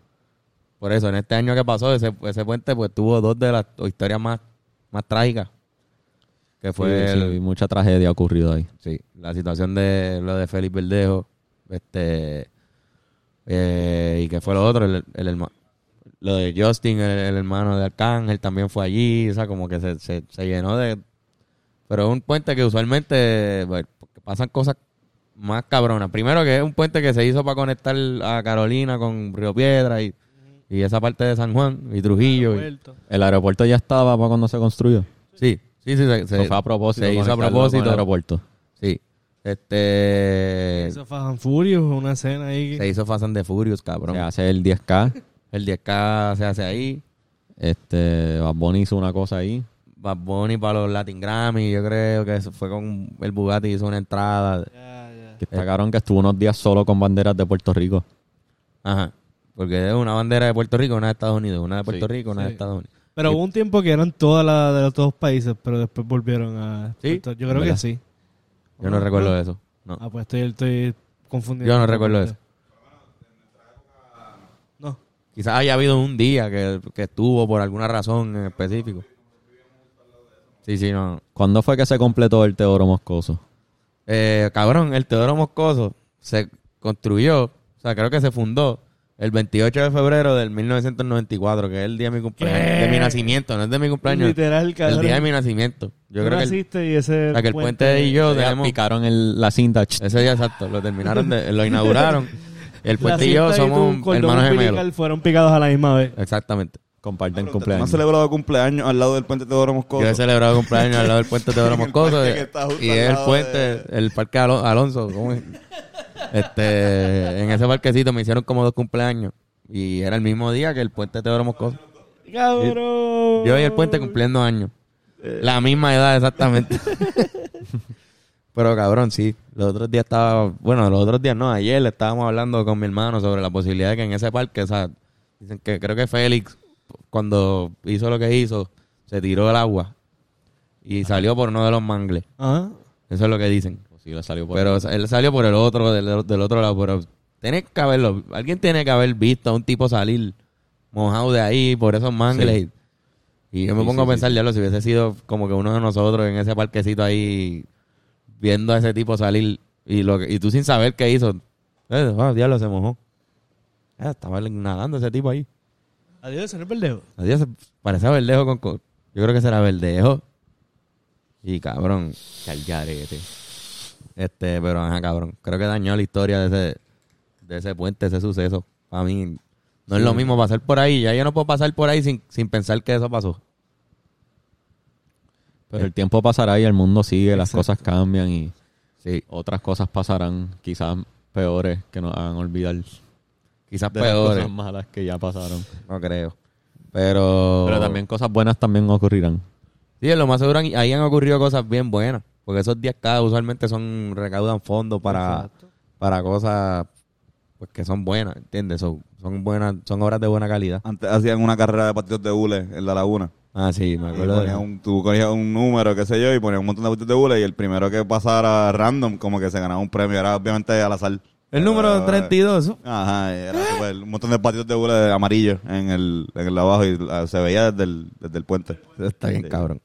Por eso, en este año que pasó, ese, ese puente pues tuvo dos de las historias más, más trágicas. Que fue
Sí, sí,
el-
y mucha tragedia ha ocurrido ahí.
Sí, la situación de lo de Félix Verdejo, este, eh, y que fue lo otro, el, hermano, lo de Justin, el, el hermano de Arcángel, también fue allí, o sea, como que se, se- se llenó de... Pero es un puente que usualmente bueno, porque pasan cosas más cabronas. Primero que es un puente que se hizo para conectar a Carolina con Río Piedra y, y esa parte de San Juan y Trujillo. y-
Vuelto.
El aeropuerto ya estaba para cuando se construyó.
sí, sí, sí, se, se-
Eso fue a propósito.
se hizo a
conectarlo con El
propósito.
aeropuerto.
Sí. Este...
Eso fue Fan Furious, una escena ahí.
Se hizo Fast and the Furious, cabrón.
Se hace el 10K.
El 10K se hace ahí.
Este, Bad Bunny hizo una cosa ahí.
Bad Bunny para los Latin Grammy. Yo creo que eso fue con el Bugatti. Hizo una entrada. Eh,
Ya, ya.
Que está cabrón que estuvo unos días solo con banderas de Puerto Rico.
Ajá. Porque es una bandera de Puerto Rico, una de Estados Unidos. Una de Puerto
Sí.
Rico, una de
Sí.
Estados Unidos.
Pero hubo un tiempo que eran todas las de los dos países, pero después volvieron a.
Sí,
Yo creo
¿verdad?
que sí.
Yo no recuerdo eso. No.
Ah, pues estoy, estoy confundido.
Yo no recuerdo eso.
No.
Quizás haya habido un día que, que estuvo por alguna razón en específico. Sí, sí, no. no.
¿Cuándo fue que se completó el Teodoro Moscoso?
Eh, cabrón, el Teodoro Moscoso se construyó, o sea, creo que se fundó El 28 de febrero del 1994, que es el día de mi cumpleaños. De mi nacimiento, no es de mi cumpleaños.
Literal, cabrón.
El día de mi nacimiento. Yo
Tú
creo que el,
naciste y ese
o sea, que el puente y yo
Ya
tenemos...
picaron el- la cinta. ch-
Ese día exacto, lo terminaron, de- lo inauguraron. El
La
puente y yo
cinta
somos
tu cordón
hermanos gemelos.
umbilical Fueron picados a la misma vez.
Exactamente.
Comparten
Pero usted No ha
cumpleaños.
celebrado cumpleaños al lado del puente Teodoro Moscoso.
Yo he celebrado cumpleaños al lado del puente de Moscoso.
parque que está justo
Y
al
es el
lado
puente,
de-
el parque Alo- Alonso. ¿cómo es? Este, en ese parquecito me hicieron como dos cumpleaños. Y era el mismo día que el puente Teodoro Moscoso.
Cabrón.
Yo y el puente cumpliendo años. La misma edad exactamente. Pero cabrón, sí. Los otros días estaba, bueno, los otros días no, ayer estábamos hablando con mi hermano sobre la posibilidad de que en ese parque, o sea, dicen que creo que Félix cuando hizo lo que hizo, se tiró del agua y salió por uno de los mangles.
Ajá.
Eso es lo que dicen.
Posible Pues salió por
Pero él salió por el otro, del, del otro lado. Pero tiene que haberlo. Alguien tiene que haber visto a un tipo salir mojado de ahí por esos mangles. Y yo me
Sí,
pongo
sí,
a pensar, ya lo, si hubiese sido como que uno de nosotros en ese parquecito ahí, viendo a ese tipo salir y lo que- y tú sin saber qué hizo. Eh, ah, diablo, se mojó. Ah, estaba nadando ese tipo ahí.
Adiós, señor Verdejo.
Adiós, parecía verdejo con, co- Yo creo que será verdejo. Y cabrón, calgarete. Este, pero ajá, cabrón. Creo que dañó la historia de ese, de ese puente, ese suceso. A mí, no es lo mismo pasar por ahí. Ya yo no puedo pasar por ahí sin, sin pensar que eso pasó.
Pero el tiempo pasará y el mundo sigue, las cosas cambian y otras cosas pasarán, quizás peores que nos hagan olvidar de
Quizás
las
peores.
cosas malas que ya pasaron.
No creo. Pero.
Pero también cosas buenas también ocurrirán.
Sí, lo más seguro, ahí han ocurrido cosas bien buenas. Porque esos 10K usualmente son, recaudan fondos para, para cosas pues, que son buenas, ¿entiendes? Son, son buenas, son obras de buena calidad.
Antes hacían una carrera de partidos de hule en la laguna.
Ah, sí, me
Y
acuerdo.
ponías
de-
un, tú cogías un número, qué sé yo, y ponías un montón de partidos de hule y el primero que pasara random como que se ganaba un premio. Era obviamente al azar.
El número
Era-
32.
Ajá, era súper- un montón de patios de hule amarillo en el, en el de abajo y ah, se veía desde el, desde el puente.
Está bien,
Sí.
cabrón.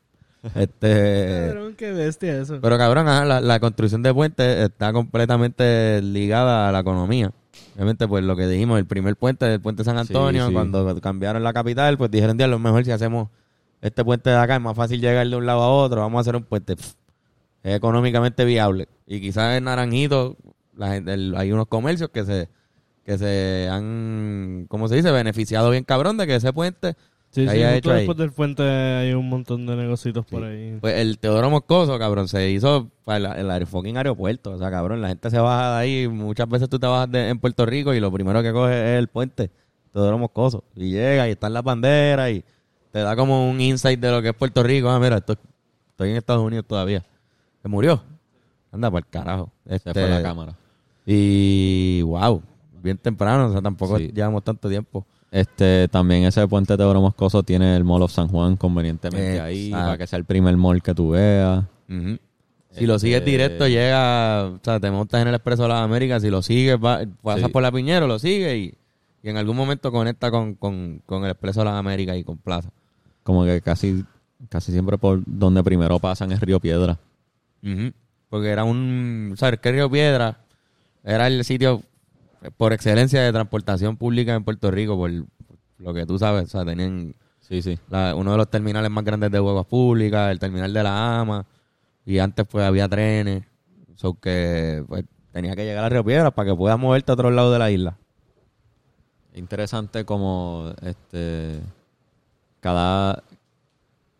Este,
Cabrón, qué bestia eso.
pero cabrón, ajá, la, la construcción de puentes está completamente ligada a la economía. Obviamente, pues lo que dijimos, el primer puente, el puente San Antonio,
sí.
cuando cambiaron la capital, pues dijeron, diablo, es mejor si hacemos este puente de acá, es más fácil llegar de un lado a otro, vamos a hacer un puente. Pff, es económicamente viable. Y quizás en Naranjito la gente- el- hay unos comercios que se que se han, ¿cómo se dice? Beneficiado bien cabrón de que ese puente
Sí,
se
sí,
haya
justo
hecho ahí.
después del puente hay un montón de negocios por ahí.
Pues el Teodoro Moscoso, cabrón, se hizo para la- el, aer- fucking aeropuerto. O sea, cabrón, la gente se baja de ahí. Muchas veces tú te bajas de- en Puerto Rico y lo primero que coges es el puente Teodoro Moscoso. Y llega y están las banderas y te da como un insight de lo que es Puerto Rico. Ah, mira, esto- estoy en Estados Unidos todavía. Se murió. Anda para el carajo.
Se
Este,
fue la cámara.
Y wow, bien temprano. O sea, tampoco
Sí.
llevamos tanto tiempo.
Este, también ese puente de Oro Moscoso tiene el Mall of San Juan convenientemente ahí,
Exacto.
para que sea el primer mall que tú veas.
Ujú. Si lo sigues directo, llega, o sea, te montas en el Expreso de las Américas, si lo sigues, va- pasas
Sí.
por la Piñero, lo sigues y, y en algún momento conecta con, con- con el Expreso de las Américas y con Plaza.
Como que casi, casi siempre por donde primero pasan es Río Piedra.
Ujú. Porque era un, o sea, el que Río Piedra era el sitio por excelencia de transportación pública en Puerto Rico, por lo que tú sabes, o sea, tenían
Sí, sí.
la- uno de los terminales más grandes de huevas públicas, el terminal de la AMA, y antes pues había trenes, so que pues, tenía que llegar a Río Piedras para que puedas moverte a otro lado de la isla.
Interesante como este cada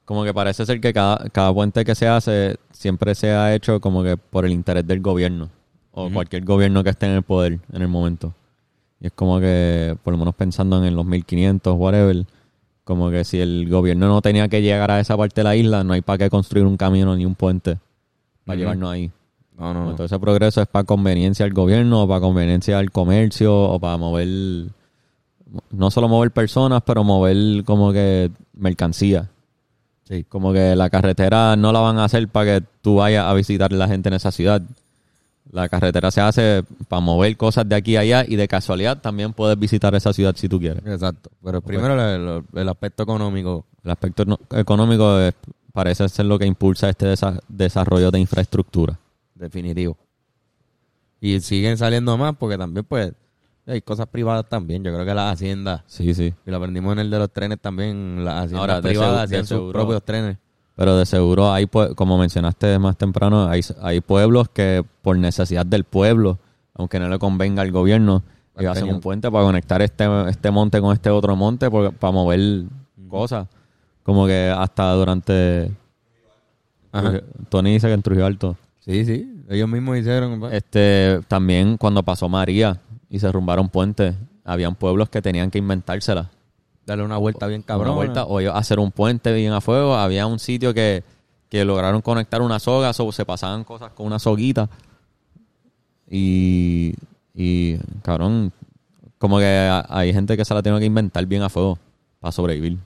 como que parece ser que cada, cada puente que se hace siempre se ha hecho como que por el interés del gobierno o cualquier gobierno que esté en el poder en el momento. Y es como que por lo menos pensando en los 1500 whatever, como que si el gobierno no tenía que llegar a esa parte de la isla, no hay para qué construir un camino ni un puente para
Ujú.
llevarnos ahí.
No,
Como
no,
Todo ese progreso es para conveniencia del gobierno, o para conveniencia del comercio, o para mover, no solo mover personas, pero mover como que mercancía.
Sí.
Como que la carretera no la van a hacer para que tú vayas a visitar la gente en esa ciudad. La carretera se hace para mover cosas de aquí a allá y de casualidad también puedes visitar esa ciudad si tú quieres.
Exacto. Pero primero el, el aspecto económico.
El aspecto no- económico es- parece ser lo que impulsa este desa- desarrollo de infraestructura.
definitivo. Y siguen saliendo más porque también, pues, Hay cosas privadas también. Yo creo que las haciendas.
Sí, sí.
Y lo aprendimos en el de los trenes también. Las haciendas
Ahora, de
privadas
seguro- de
hacían sus
seguro.
propios trenes.
Pero de seguro hay, pue- como mencionaste más temprano, hay, hay pueblos que por necesidad del pueblo, aunque no le convenga al gobierno,
Pues
ellos hacen un puente para conectar este, este monte con este otro monte por- para mover cosas. Como que hasta durante...
Ajá.
Tony dice que en Trujillo Alto.
Sí, sí. Ellos mismos hicieron. pues, compadre.
Este, también cuando pasó María y se rumbaron puentes, habían pueblos que tenían que inventárselas.
Darle una vuelta bien cabrón.
una vuelta o ellos hacer un puente bien a fuego. Había un sitio que, que lograron conectar una soga, o se pasaban cosas con una soguita. Y, y cabrón, como que a- hay gente que se la tiene que inventar bien a fuego para sobrevivir.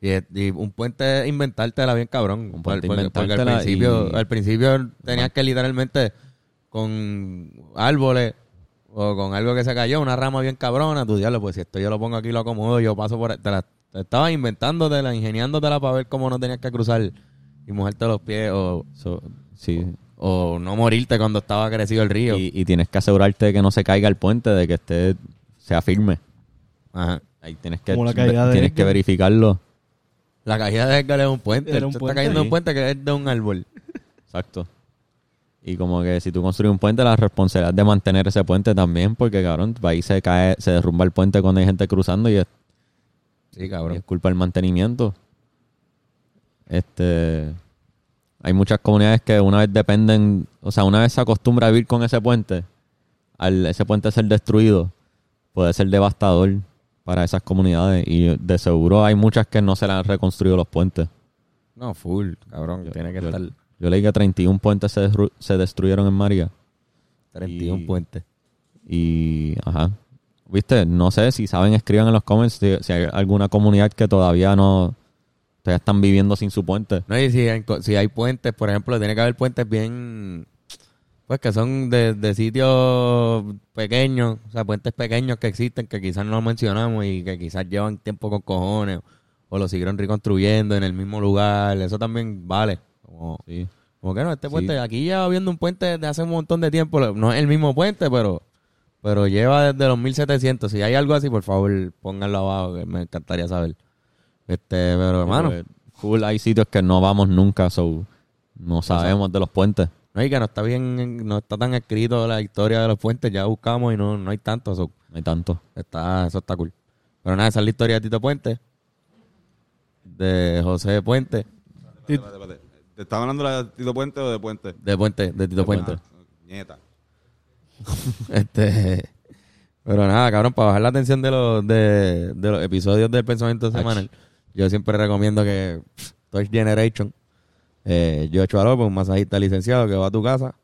Y, es- y un puente inventártela bien cabrón.
Un puente
porque, porque al
inventártela
principio,
y-
al principio tenías que literalmente con árboles o con algo que se cayó, una rama bien cabrona, tú diablo, pues si esto yo lo pongo aquí, lo acomodo, yo paso por... ahí". Te la te estabas inventándote, ingeniándotela para ver cómo no tenías que cruzar y mojarte los pies o,
So, sí.
o no morirte cuando estaba crecido el río.
Y, y tienes que asegurarte de que no se caiga el puente, de que esté sea firme.
Ajá.
Ahí tienes que,
Como la caída de
tienes que
Edgar.
verificarlo.
La caída de Edgar es un puente.
Era un
Esto
puente,
está cayendo de
sí.
un puente que es de un árbol.
Exacto. Y como que si tú construyes un puente, la responsabilidad de mantener ese puente también, porque cabrón, ahí se cae, se derrumba el puente cuando hay gente cruzando y es,
Sí,
y
cabrón.
es culpa del mantenimiento. Este hay muchas comunidades que una vez dependen, o sea, una vez se acostumbra a vivir con ese puente, al ese puente ser destruido, puede ser devastador para esas comunidades. Y de seguro hay muchas que no se le han reconstruido los puentes.
No, full, cabrón. tiene que
Yo,
estar
yo leí que 31 puentes se, derru- se destruyeron en María.
31
y-
puentes.
Y, ajá. Viste, no sé si saben, escriban en los comments si, si hay alguna comunidad que todavía no. Todavía están viviendo sin su puente.
No, y si hay, co- si hay puentes, por ejemplo, tiene que haber puentes bien. Pues que son de, de sitios pequeños, o sea, puentes pequeños que existen, que quizás no mencionamos y que quizás llevan tiempo con cojones, o lo siguieron reconstruyendo en el mismo lugar, eso también vale. Como,
Sí.
como que no, este
Sí.
puente, aquí lleva habiendo un puente desde hace un montón de tiempo, lo- no es el mismo puente, pero pero lleva desde los 1700. Si hay algo así, por favor, pónganlo abajo, que me encantaría saber. Este, pero hermano.
Pero, eh, Cool, hay sitios que no vamos nunca, so. No sabemos de los puentes.
No, y que no está bien, no está tan escrito la historia de los puentes, ya buscamos y no, no hay tanto, eso
No hay tanto.
está, eso está cool. Pero nada, esa es la historia de Tito Puente, de José Puente,
Espérate, espérate. ¿Te estaba hablando de Tito Puente o de Puente?
de Puente, de Tito Puente.
Ah, nieta.
Este, pero nada, cabrón, para bajar la atención de los, de, de los episodios del pensamiento semanal, yo siempre recomiendo que pff, Touch Generation, eh, yo hecho algo un masajista licenciado que va a tu casa,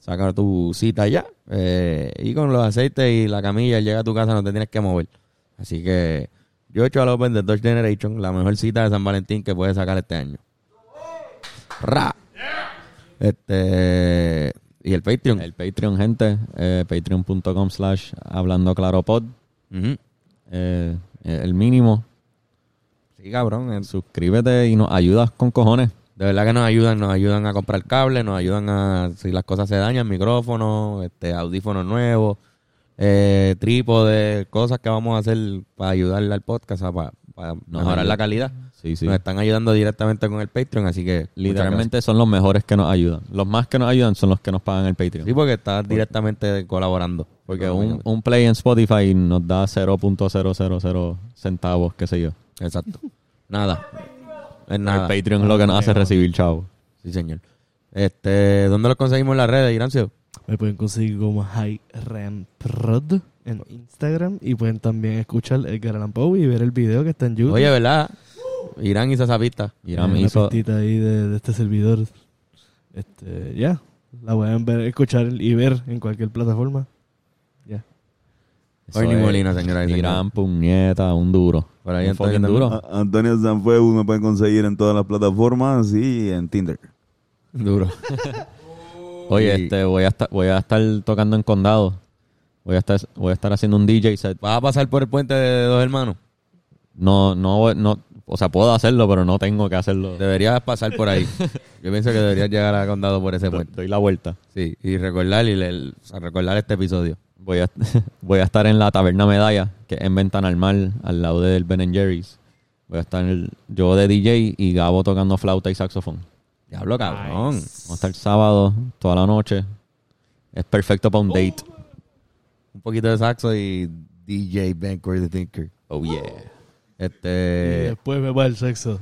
saca tu cita ya, eh, y con los aceites y la camilla llega a tu casa, no te tienes que mover. Así que yo hecho algo de Touch Generation, la mejor cita de San Valentín que puedes sacar este año. Ra. Este y el Patreon.
El Patreon, gente. eh, Patreon.com slash hablando claro pod.
Ujú.
eh, el mínimo.
Sí, cabrón. en su-
Suscríbete y nos ayudas con cojones.
De verdad que nos ayudan, nos ayudan a comprar cable, nos ayudan a, si las cosas se dañan, micrófonos, este, audífonos nuevos, eh, trípodes, cosas que vamos a hacer para ayudarle al podcast, a- para, para mejorar
ayuda.
la calidad.
Sí, sí.
Nos están ayudando directamente con el Patreon, así que... muchas
Literalmente son los mejores que nos ayudan. Los más que nos ayudan son los que nos pagan el Patreon.
gracias. Sí, porque estás directamente colaborando.
Porque un, un play en Spotify nos da 0.000 centavos, qué sé yo.
Exacto. Nada. Es nada.
El Patreon es lo que nos hace recibir, chavo.
Sí, señor. Este, ¿Dónde lo conseguimos en las redes, Irancio?
Me pueden conseguir como High Ram Prod en Instagram y pueden también escuchar el Allan Poe y ver el video que está en YouTube.
Oye, ¿verdad? Irán y Sasapista.
Irán
Hay
me
una
hizo,
pistita ahí de, de este servidor. Este, ya. La pueden ver, escuchar y ver en cualquier plataforma. Ya.
Eso
Ernie
es.
Molina, señora.
Irán, puñeta, un duro.
Por ahí Ah,
un
entonces
fucking
también-
duro.
A- Antonio Sanfuego me pueden conseguir en todas las plataformas y en Tinder.
Duro.
Oye,
Y-
este, voy a, estar, voy a estar tocando en Condado. Voy a estar, voy a estar haciendo un DJ set.
¿Vas a pasar por el puente de dos hermanos?
No, no, no, o sea, puedo hacerlo, pero no tengo que hacerlo.
Deberías pasar por ahí. Yo pienso que deberías llegar a condado por ese
Doy
puente.
doy la vuelta.
Sí, y recordar, y le- o sea, recordar este episodio.
Voy a, voy a estar en la Taberna Medalla, que es en Ventana al Mar, al lado del Ben Jerry's. Voy a estar yo de DJ y Gabo tocando flauta y saxofón.
Diablo, cabrón.
Vamos a estar sábado, toda la noche. Es perfecto para un date.
Un poquito de saxo y DJ Banquer the Thinker. Oh, yeah.
Y
Este.
después me va el sexo.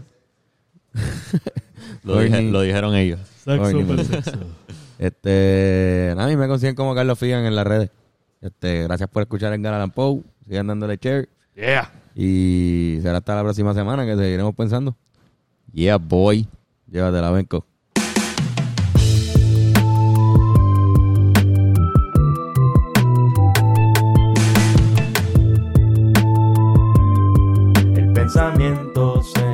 Lo, dije- lo dijeron ellos.
Sexo,
Ay,
para el sexo.
Este, nada, a mí me consiguen como Carlos Figan en las redes. Este, gracias por escuchar en Galalan Pou. Sigan dándole share. Y será hasta la próxima semana que seguiremos pensando.
Yeah, boy.
Llévatela, Benco.
El pensamiento se